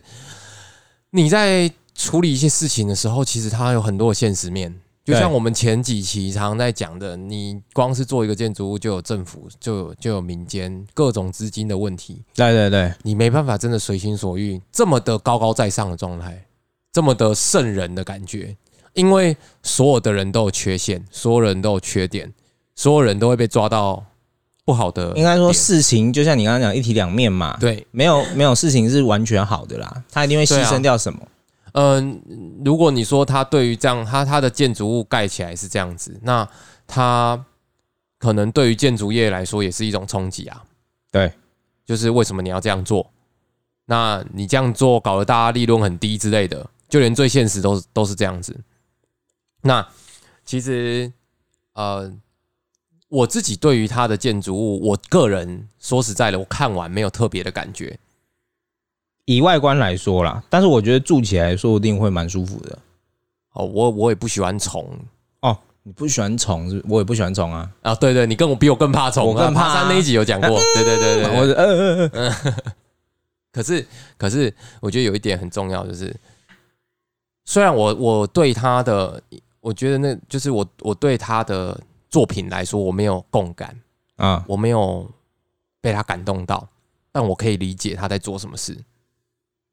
S1: 你在处理一些事情的时候，其实它有很多的现实面。就
S2: 对
S1: 像我们前几期常在讲的，你光是做一个建筑物，就有政府，就有就有民间各种资金的问题。
S2: 对对对，
S1: 你没办法真的随心所欲，这么的高高在上的状态，这么的圣人的感觉，因为所有的人都有缺陷，所有人都有缺点，所有人都会被抓到不好的点。
S2: 应该说事情就像你刚刚讲一体两面嘛，，
S1: 对，
S2: 没有没有事情是完全好的啦，它一定会牺牲掉什么，
S1: 嗯、如果你说他对于这样，他他的建筑物盖起来是这样子，那他可能对于建筑业来说也是一种冲击啊。
S2: 对，
S1: 就是为什么你要这样做？那你这样做搞得大家利润很低之类的，就连最现实都是都是这样子。那其实，呃，我自己对于它的建筑物，我个人说实在的，我看完没有特别的感觉。
S2: 以外观来说啦，但是我觉得住起来说不定会蛮舒服的。
S1: 哦，我我也不喜欢虫，
S2: 哦，你不喜欢虫是不是我也不喜欢虫啊。
S1: 啊，对对，你跟我比我更怕虫，
S2: 我更怕
S1: 爬
S2: 啊
S1: 山那一集有讲 过，对对对对
S2: 我
S1: 对。
S2: 呃呃呃，
S1: 可是可是，我觉得有一点很重要，就是虽然我我对他的，我觉得那就是我我对他的作品来说，我没有共感，
S2: 啊，
S1: 我没有被他感动到，但我可以理解他在做什么事。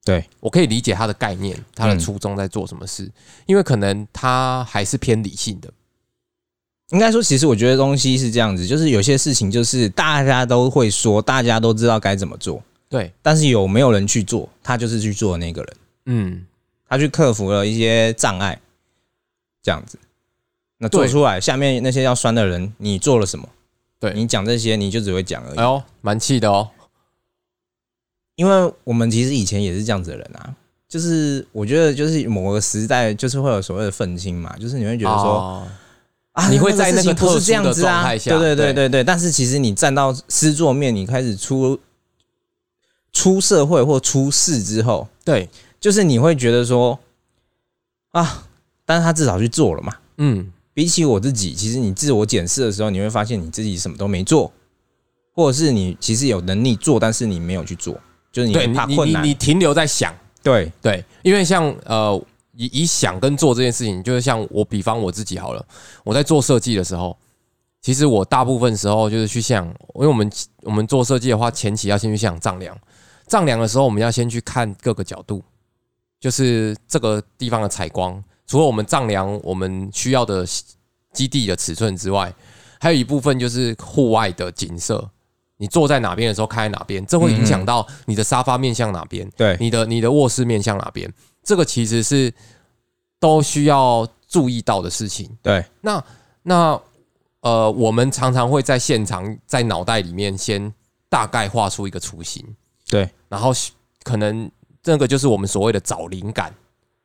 S2: 对，
S1: 我可以理解他的概念，他的
S2: 嗯
S1: 初衷在做什么事，因为可能他还是偏理性的。
S2: 应该说，其实我觉得东西是这样子，就是有些事情就是大家都会说，大家都知道该怎么做，
S1: 对，
S2: 但是有没有人去做，他就是去做的那个人，
S1: 嗯，
S2: 他去克服了一些障碍，这样子。那做
S1: 对
S2: 出来，下面那些要酸的人，你做了什么？
S1: 对
S2: 你讲这些，你就只会讲而已
S1: 哎。呦，蛮气的哦。
S2: 因为我们其实以前也是这样子的人啊，就是我觉得就是某个时代就是会有所谓的愤青嘛，就是你会觉得说、
S1: 哦
S2: 啊，
S1: 你会在
S2: 那
S1: 那
S2: 个事情
S1: 个
S2: 不
S1: 特
S2: 是这
S1: 殊
S2: 样
S1: 的
S2: 子啊
S1: 状态下
S2: 对对对
S1: 对
S2: 对对。但是其实你站到师座面，你开始出出社会或出事之后，
S1: 对，
S2: 就是你会觉得说啊，但是他至少去做了嘛。
S1: 嗯，
S2: 比起我自己，其实你自我检视的时候，你会发现你自己什么都没做，或者是你其实有能力做，但是你没有去做，就是你
S1: 对
S2: 会
S1: 你
S2: 怕
S1: 你
S2: 困
S1: 你
S2: 难。
S1: 你停留在想，
S2: 对，
S1: 对，因为像呃，以以想跟做这件事情，就是像我比方我自己好了，我在做设计的时候，其实我大部分时候就是去想，因为我们我们做设计的话，前期要先去想丈量，丈量的时候我们要先去看各个角度，就是这个地方的采光，除了我们丈量我们需要的基地的尺寸之外，还有一部分就是户外的景色。你坐在哪边的时候开哪边，这会影响到你的沙发面向哪边，
S2: 对
S1: 你的你的卧室面向哪边，这个其实是都需要注意到的事情。
S2: 对，
S1: 那那呃，我们常常会在现场在脑袋里面先大概画出一个雏形，
S2: 对，
S1: 然后可能这个就是我们所谓的找灵感。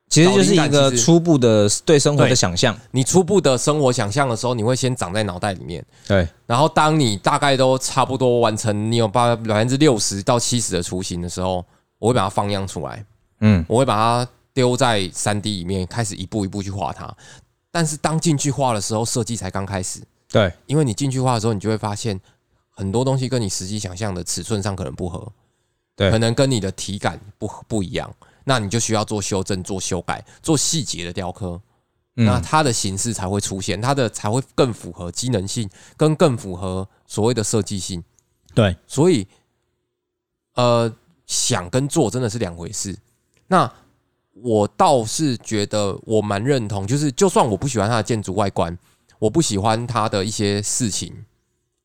S2: 其实就是一
S1: 找灵感
S2: 个
S1: 其实
S2: 初步的对生活的
S1: 对
S2: 想象。
S1: 你初步的生活想象的时候，你会先长在脑袋里面，
S2: 对，
S1: 然后当你大概都差不多完成，你有八百分之六十到七十的雏形的时候，我会把它放样出来。
S2: 嗯，
S1: 我会把它丢在三 D 里面，开始一步一步去画它。但是当进去画的时候，设计才刚开始，
S2: 对，
S1: 因为你进去画的时候，你就会发现很多东西跟你实际想象的尺寸上可能不合，
S2: 对
S1: 可能跟你的体感不合不一样，那你就需要做修正、做修改、做细节的雕刻，那
S2: 嗯，
S1: 它的形式才会出现，它的才会更符合机能性，跟更符合所谓的设计性。
S2: 对，
S1: 所以，呃，想跟做真的是两回事。那我倒是觉得我蛮认同，就是就算我不喜欢它的建筑外观，我不喜欢它的一些事情，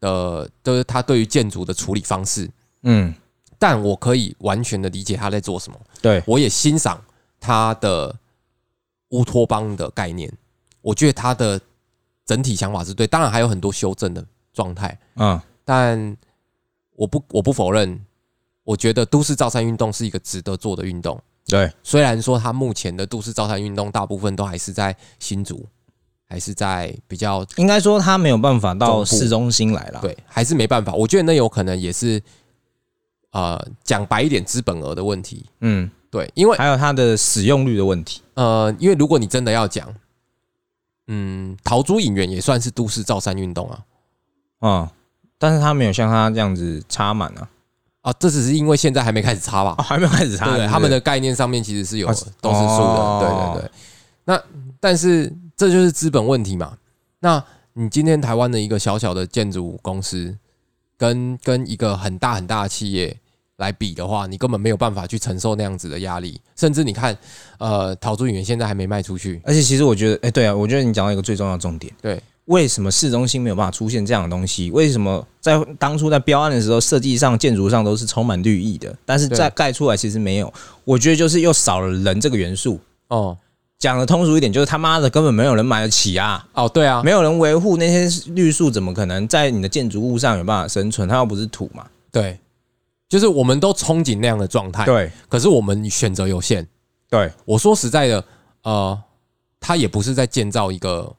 S1: 呃，就是它对于建筑的处理方式，
S2: 嗯，
S1: 但我可以完全的理解他在做什么，
S2: 对，
S1: 我也欣赏他的乌托邦的概念，我觉得他的整体想法是对，当然还有很多修正的状态，
S2: 嗯，
S1: 但我不我不否认，我觉得都市造山运动是一个值得做的运动。
S2: 对，
S1: 虽然说它目前的都市造山运动大部分都还是在新竹，还是在比较
S2: 应该说他没有办法到
S1: 中部
S2: 市中心来了。
S1: 对，还是没办法。我觉得那有可能也是，呃，讲白一点，资本额的问题。
S2: 嗯，
S1: 对，因为
S2: 还有它的使用率的问题。
S1: 呃，因为如果你真的要讲，嗯，桃珠影院也算是都市造山运动啊。
S2: 嗯，但是他没有像他这样子插满啊，
S1: 啊，这只是因为现在还没开始插吧
S2: 哦，？还没有开始插
S1: 对
S2: 是不
S1: 对，
S2: 是
S1: 他们的概念上面其实是有
S2: 啊
S1: 都是树的，
S2: 哦
S1: 对对对。那但是这就是资本问题嘛。那你今天台湾的一个小小的建筑公司，跟跟一个很大很大的企业来比的话，你根本没有办法去承受那样子的压力。甚至你看，呃，陶朱影园现在还没卖出去，
S2: 而且其实我觉得，哎、对啊，我觉得你讲到一个最重要的重点，
S1: 对，
S2: 为什么市中心没有办法出现这样的东西？为什么在当初在标案的时候，设计上、建筑上都是充满绿意的，但是
S1: 对
S2: 在盖出来其实没有？我觉得就是又少了人这个元素。
S1: 哦
S2: 讲的通俗一点，就是他妈的根本没有人买得起啊，
S1: 哦，对啊，
S2: 没有人维护那些绿树，怎么可能在你的建筑物上有办法生存？它又不是土嘛。
S1: 对，就是我们都憧憬那样的状态，
S2: 对
S1: 可是我们选择有限。
S2: 对
S1: 我说实在的，呃，他也不是在建造一个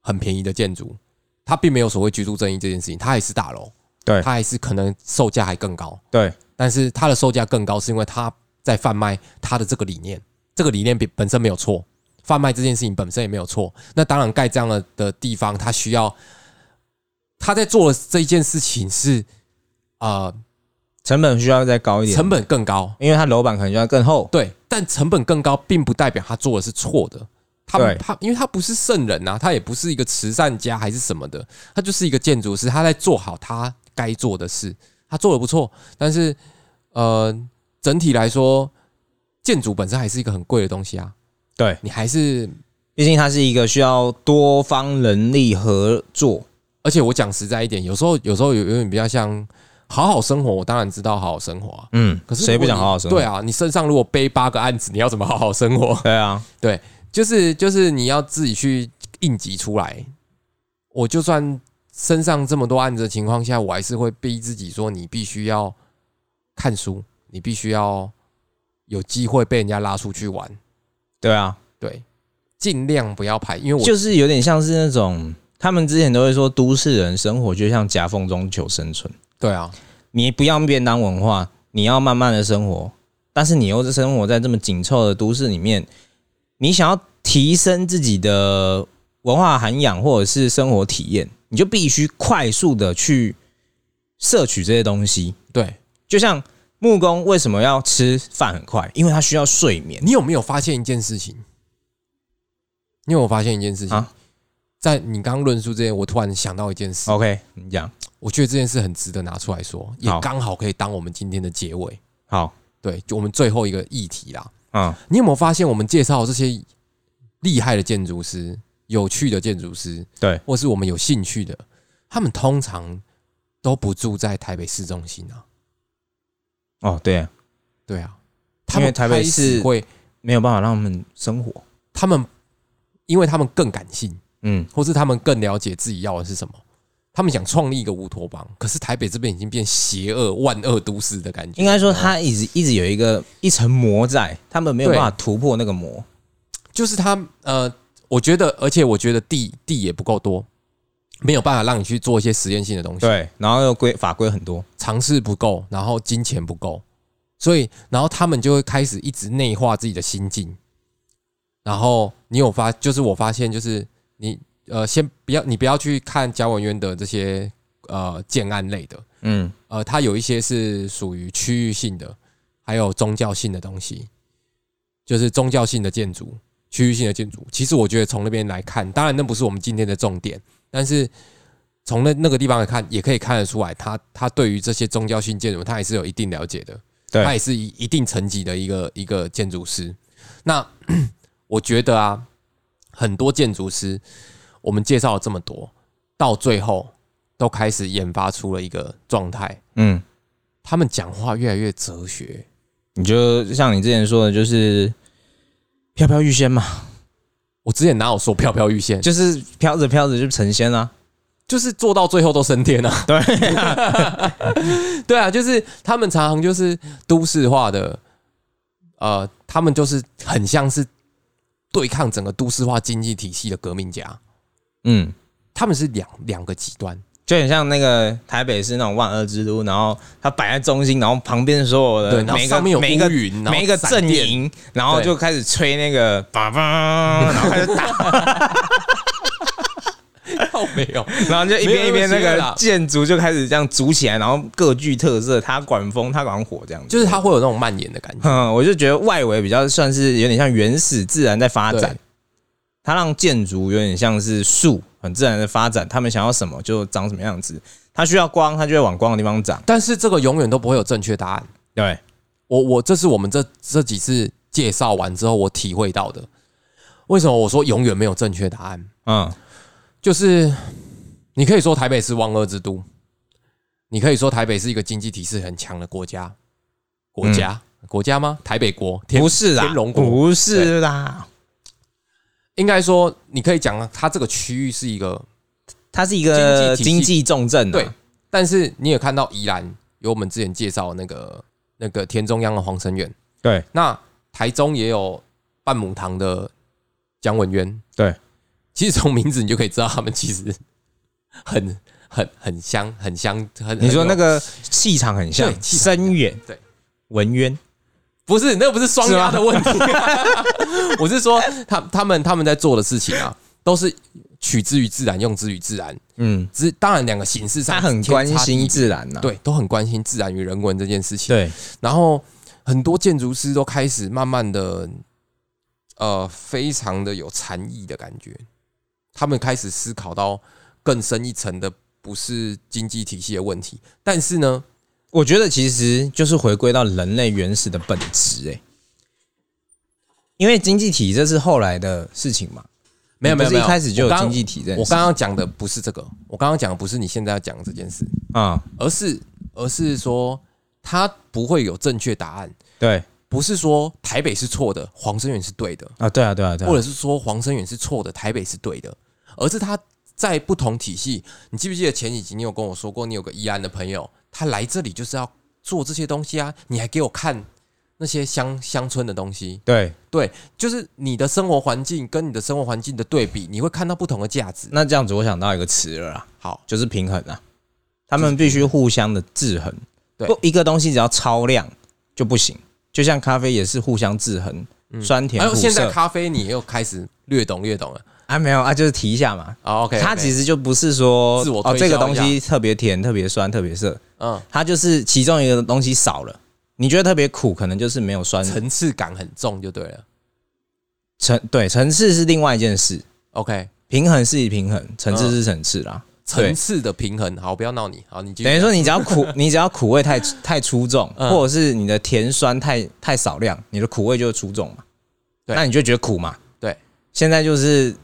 S1: 很便宜的建筑，他并没有所谓居住正义这件事情，他还是大楼，
S2: 对
S1: 他还是可能售价还更高，
S2: 对
S1: 但是它的售价更高是因为他在贩卖他的这个理念，这个理念本本身没有错，贩卖这件事情本身也没有错。那当然盖这样的的地方，他需要他在做的这一件事情是呃
S2: 成本需要再高一点，
S1: 成本更高，
S2: 因为它楼板可能就要更厚。
S1: 对，但成本更高，并不代表他做的是错的。他
S2: 对
S1: 他，因为他不是圣人呐、他也不是一个慈善家还是什么的，他就是一个建筑师，他在做好他该做的事，他做的不错。但是，呃，整体来说，建筑本身还是一个很贵的东西啊，
S2: 对，
S1: 你还是，
S2: 毕竟它是一个需要多方人力合作。
S1: 而且我讲实在一点，有时候有时候有有点比较像好好生活，我当然知道好好生活啊，
S2: 嗯，
S1: 可是
S2: 谁
S1: 如
S2: 不
S1: 果
S2: 想
S1: 你
S2: 好好生活？
S1: 对啊，你身上如果背八个案子，你要怎么好好生活？
S2: 对啊，
S1: 就是就是你要自己去应急出来。我就算身上这么多案子的情况下，我还是会逼自己说，你必须要看书，你必须要有机会被人家拉出去玩，
S2: 对啊，
S1: 对，尽量不要排，因为我
S2: 就是有点像是那种他们之前都会说，都市人生活就像夹缝中求生存，
S1: 对啊，
S2: 你不要便当文化，你要慢慢的生活，但是你又是生活在这么紧凑的都市里面，你想要提升自己的文化涵养或者是生活体验，你就必须快速的去摄取这些东西。
S1: 对
S2: 就像木工为什么要吃饭很快，因为他需要睡眠。
S1: 你有没有发现一件事情？你有没有发现一件事情？
S2: 啊
S1: 在你刚刚论述之前，我突然想到一件事，
S2: OK，你 讲
S1: 我觉得这件事很值得拿出来说，也
S2: 好
S1: 刚好可以当我们今天的结尾。
S2: 好，
S1: 对，就我们最后一个议题啦。
S2: 嗯，
S1: 你有没有发现，我们介绍这些厉害的建筑师、有趣的建筑师，
S2: 对，
S1: 或是我们有兴趣的，他们通常都不住在台北市中心啊。
S2: 哦，对、啊，
S1: 对啊，他
S2: 因为
S1: 们
S2: 台北
S1: 开始
S2: 市
S1: 会，
S2: 没有办法让他们生活。
S1: 他们因为他们更感性，
S2: 嗯，
S1: 或是他们更了解自己要的是什么。他们想创立一个乌托邦，可是台北这边已经变邪恶万恶都市的感觉。
S2: 应该说他一直一直有一个一层膜在，他们没有
S1: 对
S2: 办法突破那个膜。
S1: 就是他呃，我觉得，而且我觉得地地也不够多，没有办法让你去做一些实验性的东西，
S2: 对，然后又规法规很多。
S1: 尝试不够，然后金钱不够，所以然后他们就会开始一直内化自己的心境。然后你有发，就是我发现，就是你呃，先不要你不要去看贾文渊的这些呃建案类的，
S2: 嗯，
S1: 呃，它有一些是属于区域性的，还有宗教性的东西，就是宗教性的建筑、区域性的建筑。其实我觉得从那边来看，当然那不是我们今天的重点，但是从那那个地方来看，也可以看得出来他，他对于这些宗教性建筑，他也是有一定了解的，
S2: 对
S1: 他也是一一定层级的一个一个建筑师。那 我觉得啊，很多建筑师，我们介绍了这么多，到最后都开始研发出了一个状态，
S2: 嗯，
S1: 他们讲话越来越哲学，
S2: 你就像你之前说的，就是飘飘欲仙嘛，
S1: 我之前哪有说飘飘欲仙，就
S2: 就是飘着飘着就成仙啊啦、
S1: 就是做到最后都升天啊。对 对啊，就是他们常常就是都市化的，呃，他们就是很像是对抗整个都市化经济体系的革命家，
S2: 嗯，
S1: 他们是两两个极端。
S2: 就很像那个台北市那种万恶之都，然后它摆在中心，然后旁边所有的
S1: 对，然后
S2: 每一
S1: 上
S2: 个
S1: 面有乌
S2: 每一个
S1: 云，然后
S2: 每一个
S1: 闪
S2: 阵
S1: 电，
S2: 营，然后
S1: 对
S2: 就开始吹那个叭叭，然后开始 打，
S1: 哦， 没有，
S2: 然后就一
S1: 没有
S2: 边一边
S1: 那
S2: 那
S1: 么邪恶
S2: 个
S1: 啦
S2: 建筑就开始这样组起来，然后各具特色，它管风，它管火，这样子。
S1: 就是它会有那种蔓延的感觉。
S2: 嗯，我就觉得外围比较算是有点像原始自然在发展
S1: 对，
S2: 它让建筑有点像是树很自然的发展，他们想要什么就长什么样子，它需要光，它就会往光的地方长。
S1: 但是这个永远都不会有正确答案。
S2: 对，
S1: 我我这是我们这这几次介绍完之后我体会到的。为什么我说永远没有正确答案？
S2: 嗯，
S1: 就是你可以说台北是万恶之都，你可以说台北是一个经济体系很强的国家，国家、国家吗？台北国天
S2: 嗯不是啦
S1: 天，龙国
S2: 不是啦，
S1: 应该说你可以讲它这个区域是一个
S2: 它是一
S1: 经济体
S2: 个
S1: 系
S2: 经济重镇、啊。
S1: 对，但是你也看到宜兰有我们之前介绍的那个那个田中央的黄生远，
S2: 对，
S1: 那台中也有半亩堂的姜文渊，
S2: 对，
S1: 其实从名字你就可以知道他们其实很很很相很相很。
S2: 你说那
S1: 个
S2: 个气场很像
S1: 对，气场
S2: 深远，
S1: 对，
S2: 文渊，
S1: 不是，那不是双压的问题， 我是说他他们他们在做的事情啊，都是取之于自然，用之于自然。
S2: 嗯，
S1: 只当然两个形式上
S2: 他很
S1: 天
S2: 关
S1: 差地
S2: 心
S1: 别
S2: 自然呐、
S1: 对，都很关心自然与人文这件事情。
S2: 对，
S1: 然后很多建筑师都开始慢慢的，呃，非常的有禅意的感觉。他们开始思考到更深一层的，不是经济体系的问题，但是呢，
S2: 我觉得其实就是回归到人类原始的本质，哎，因为经济体这是后来的事情嘛，
S1: 没有没有
S2: 不
S1: 没
S2: 是
S1: 有，
S2: 一开始就
S1: 我
S2: 有
S1: 刚
S2: 经济体这件事
S1: 我刚刚讲的不是这个，我刚刚讲的不是你现在要讲的这件事，
S2: 啊、
S1: 而是而是说它不会有正确答案，
S2: 对
S1: 不是说台北是错的，黄生远是对的，
S2: 啊，对啊，对啊，对啊
S1: 或者是说黄生远是错的，台北是对的，而是他在不同体系。你记不记得前几集你有跟我说过，你有个宜安的朋友，他来这里就是要做这些东西啊？你还给我看那些乡乡村的东西，
S2: 对，
S1: 就是你的生活环境跟你的生活环境的对比，你会看到不同的价值。
S2: 那这样子我想到一个词了啦，
S1: 好，
S2: 就是平衡啊，他们必须互相的制衡。
S1: 对
S2: 不一个东西只要超量就不行，就像咖啡也是互相制衡，酸甜
S1: 还有
S2: 苦
S1: 嗯哎现在
S2: 涩。
S1: 咖啡，你又开始略懂略懂了。
S2: 啊，没有啊，就是提一下嘛。
S1: 哦，OK，
S2: 它
S1: OK
S2: 其实就不是说
S1: 自我
S2: 哦
S1: 推销
S2: 这
S1: 一下
S2: 个东西特别甜、特别酸、特别涩，
S1: 嗯，
S2: 它就是其中一个东西少了，你觉得特别苦，可能就是没有酸。
S1: 层次感很重就对了。
S2: 层对层次是另外一件事，
S1: OK，
S2: 平衡是平
S1: 嗯
S2: 衡，层次是层次啦。对
S1: 层次的平衡。好，不要闹你。好，你继
S2: 等于
S1: 续。
S2: 说，你只 要苦，你只要苦味太太出众，
S1: 嗯
S2: 或者是你的甜酸太太少量，你的苦味就会出众嘛。
S1: 对
S2: 那你就觉得苦嘛。
S1: 对，
S2: 现在就是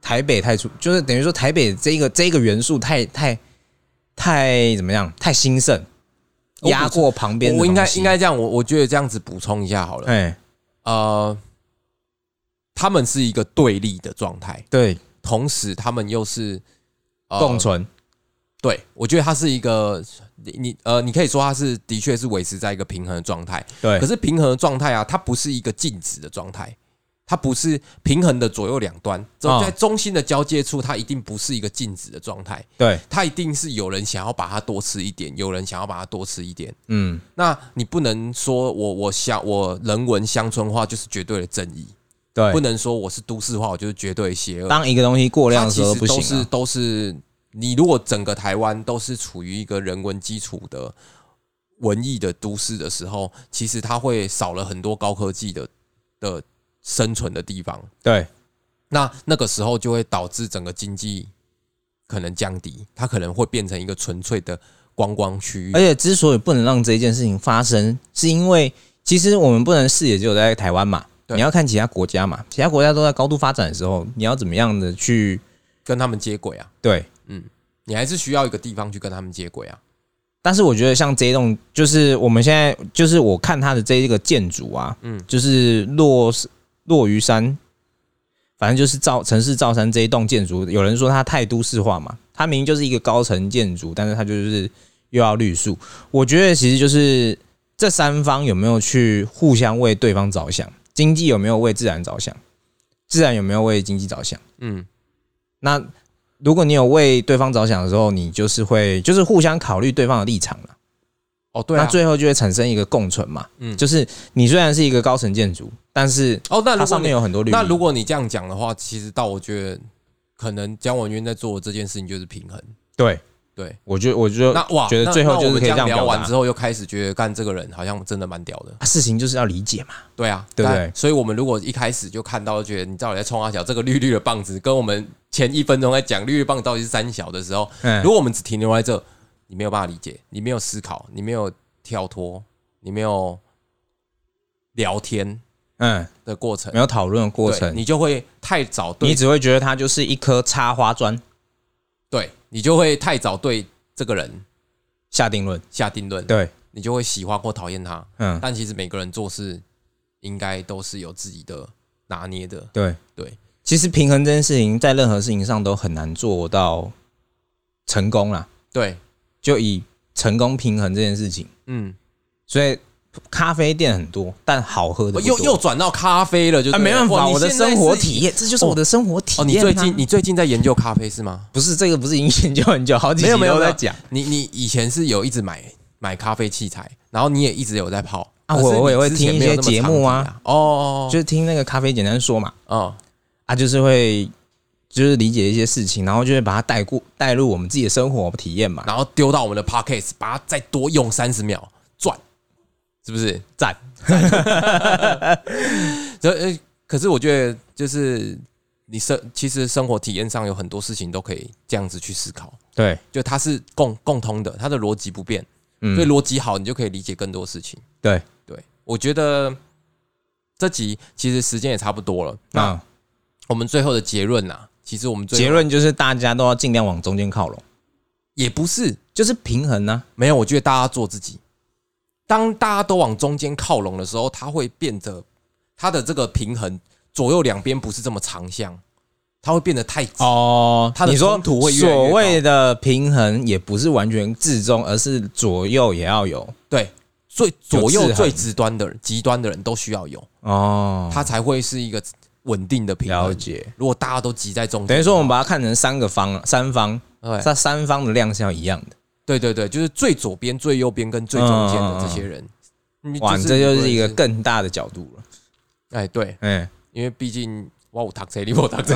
S2: 台北太出，就是等于说台北这一个这一个元素太太太怎么样？太兴盛，
S1: 我补充
S2: 压过旁边的
S1: 我应该
S2: 东西
S1: 应该这样，我我觉得这样子补充一下好了。
S2: 哎，
S1: 呃，他们是一个对立的状态，
S2: 对，
S1: 同时他们又是、呃
S2: 共存，
S1: 对，我觉得它是一个你你呃，你可以说它是的确是维持在一个平衡的状态。
S2: 对
S1: 可，是平衡的状态啊，它不是一个静止的状态，它不是平衡的左右两端，
S2: 哦
S1: 走在中心的交界处，它一定不是一个静止的状态，
S2: 对，
S1: 它一定是有人想要把它多吃一点，有人想要把它多吃一点。
S2: 嗯，
S1: 那你不能说我我乡我人文乡村化就是绝对的正义，
S2: 对
S1: 不。能说我是都市化我就是绝对邪恶。
S2: 当一个东西过量
S1: 它
S2: 的时
S1: 其
S2: 候
S1: 实
S2: 不
S1: 都
S2: 行
S1: 是
S2: 啊，
S1: 都是你如果整个台湾都是处于一个人文基础的文艺的都市的时候，其实它会少了很多高科技的的生存的地方。
S2: 对，
S1: 那那个时候就会导致整个经济可能降低，它可能会变成一个纯粹的观光区域
S2: 而。且之所以不能让这一件事情发生，是因为其实我们不能视野只有在台湾嘛，
S1: 对
S2: 你要看其他国家嘛，其他国家都在高度发展的时候，你要怎么样的去
S1: 跟他们接轨啊，
S2: 对？
S1: 你还是需要一个地方去跟他们接轨啊。
S2: 但是我觉得像这一栋，就是我们现在就是我看它的这一个建筑啊，嗯
S1: 嗯，
S2: 就是落落于山，反正就是造城市造山这一栋建筑，有人说它太都市化嘛，它明明就是一个高层建筑，但是它就是又要绿树。我觉得其实就是这三方有没有去互相为对方着想，经济有没有为自然着想，自然有没有为经济着想。
S1: 嗯，
S2: 那如果你有为对方着想的时候，你就是会就是互相考虑对方的立场了。
S1: 哦对啊
S2: 那，最后就会产生一个共存嘛。
S1: 嗯
S2: 就是你虽然是一个高层建筑，但是
S1: 哦那
S2: 它
S1: 如果
S2: 上
S1: 你
S2: 面有很多绿意。
S1: 那如果你这样讲的话，其实到我觉得，可能蒋婉渊在做的这件事情就是平衡。
S2: 对，
S1: 对，
S2: 我觉得我觉得
S1: 那哇，
S2: 觉得
S1: 那
S2: 最后
S1: 那
S2: 就
S1: 我
S2: 是
S1: 们
S2: 可以
S1: 这
S2: 这样
S1: 样
S2: 表达
S1: 聊完之后，又开始觉得干这个人好像真的蛮屌的。
S2: 啊事情就是要理解嘛。
S1: 对啊，
S2: 对不对
S1: 但所以我们如果一开始就看到，觉得你到底在冲阿啊小这个绿绿的棒子，跟我们前一分钟在讲绿绿棒到底是三小的时候，
S2: 嗯
S1: 如，果我们只停留在这，你没有办法理解，你没有思考，你没有跳脱，你没有聊天
S2: 嗯，
S1: 的过程，
S2: 没有讨论的过
S1: 对
S2: 程，
S1: 你就会太早对
S2: 你只会觉得它就是一颗插花砖
S1: 对你就会太早对这个人
S2: 下定论。
S1: 下定论，
S2: 对，
S1: 你就会喜欢或讨厌他。
S2: 嗯，
S1: 但其实每个人做事应该都是有自己的拿捏的，
S2: 对
S1: 对。
S2: 其实平衡这件事情，在任何事情上都很难做到成功啦。
S1: 对，
S2: 就以成功平衡这件事情，
S1: 嗯，
S2: 所以咖啡店很多，但好喝的不
S1: 哦又
S2: 多
S1: 又转到咖啡了，就对了
S2: 啊，没办
S1: 哇
S2: 法，
S1: 你
S2: 我的
S1: 现在
S2: 生活
S1: 是
S2: 体验，这就是我的生活体验啊。
S1: 哦，你最近你最近在研究咖啡是吗？
S2: 不是这个，不是已经研究很久，好几
S1: 没
S2: 集
S1: 有没有
S2: 都
S1: 没
S2: 在
S1: 有
S2: 讲
S1: 你你以前是有一直买买咖啡器材，然后你也一直有在泡
S2: 啊
S1: 可是
S2: 我
S1: 你
S2: 我也会
S1: 之前
S2: 听一
S1: 没有
S2: 些
S1: 那么
S2: 节
S1: 长
S2: 目
S1: 期
S2: 啊
S1: 啊，哦哦，
S2: 就是听那个咖啡简单说嘛，
S1: 哦
S2: 啊，就是会就是理解一些事情，然后就会把它带过带入我们自己的生活体验嘛
S1: 嗯，。然后丢到我们的 podcast，把它再多用三十秒转，是不是？
S2: 赞，
S1: 这呃，可是我觉得就是你生其实生活体验上有很多事情都可以这样子去思考，
S2: 对，
S1: 就它是共共通的，它的逻辑不变，所以
S2: 嗯，
S1: 逻辑好，你就可以理解更多事情。
S2: 对
S1: 对，我觉得这集其实时间也差不多了，那
S2: 那
S1: 我们最后的结论呐、啊其实我们最后
S2: 结论就是大家都要尽量往中间靠拢，
S1: 也不是
S2: 就是平衡啊呢。
S1: 没有，我觉得大家做自己。当大家都往中间靠拢的时候，它会变得它的这个平衡左右两边不是这么长项，它会变得太直。
S2: 哦
S1: 它的
S2: 你说
S1: 冲突会越来越高
S2: 所谓的平衡也不是完全至中，而是左右也要有。
S1: 对，最左
S2: 有制
S1: 右
S2: 衡
S1: 最极端的人，极端的人都需要有，
S2: 哦，
S1: 它才会是一个稳定的平
S2: 了
S1: 衡。
S2: 解。
S1: 如果大家都挤在中间，
S2: 等于说，我们把它看成三个方，三方，
S1: 哎
S2: 它三方的量是要一样的。
S1: 对对对，就是最左边、最右边跟最中间的这些人，哎你
S2: 嗯哇，你这就是一个
S1: 不论
S2: 更大的角度了。
S1: 哎对，
S2: 哎，
S1: 因为毕竟哇，我躺谁离我躺谁，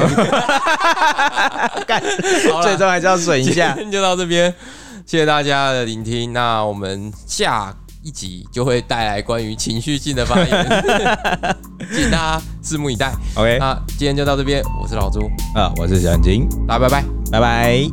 S1: 好
S2: 最
S1: 了，
S2: 终还是要损 一下
S1: 今。天就到这边，谢谢大家的聆听。那我们下一集就会带来关于情绪性的发言，请大家拭目以待。
S2: OK，
S1: 那今天就到这边，我是老朱，
S2: 啊，我是小眼睛，
S1: 大家拜拜。
S2: 拜拜。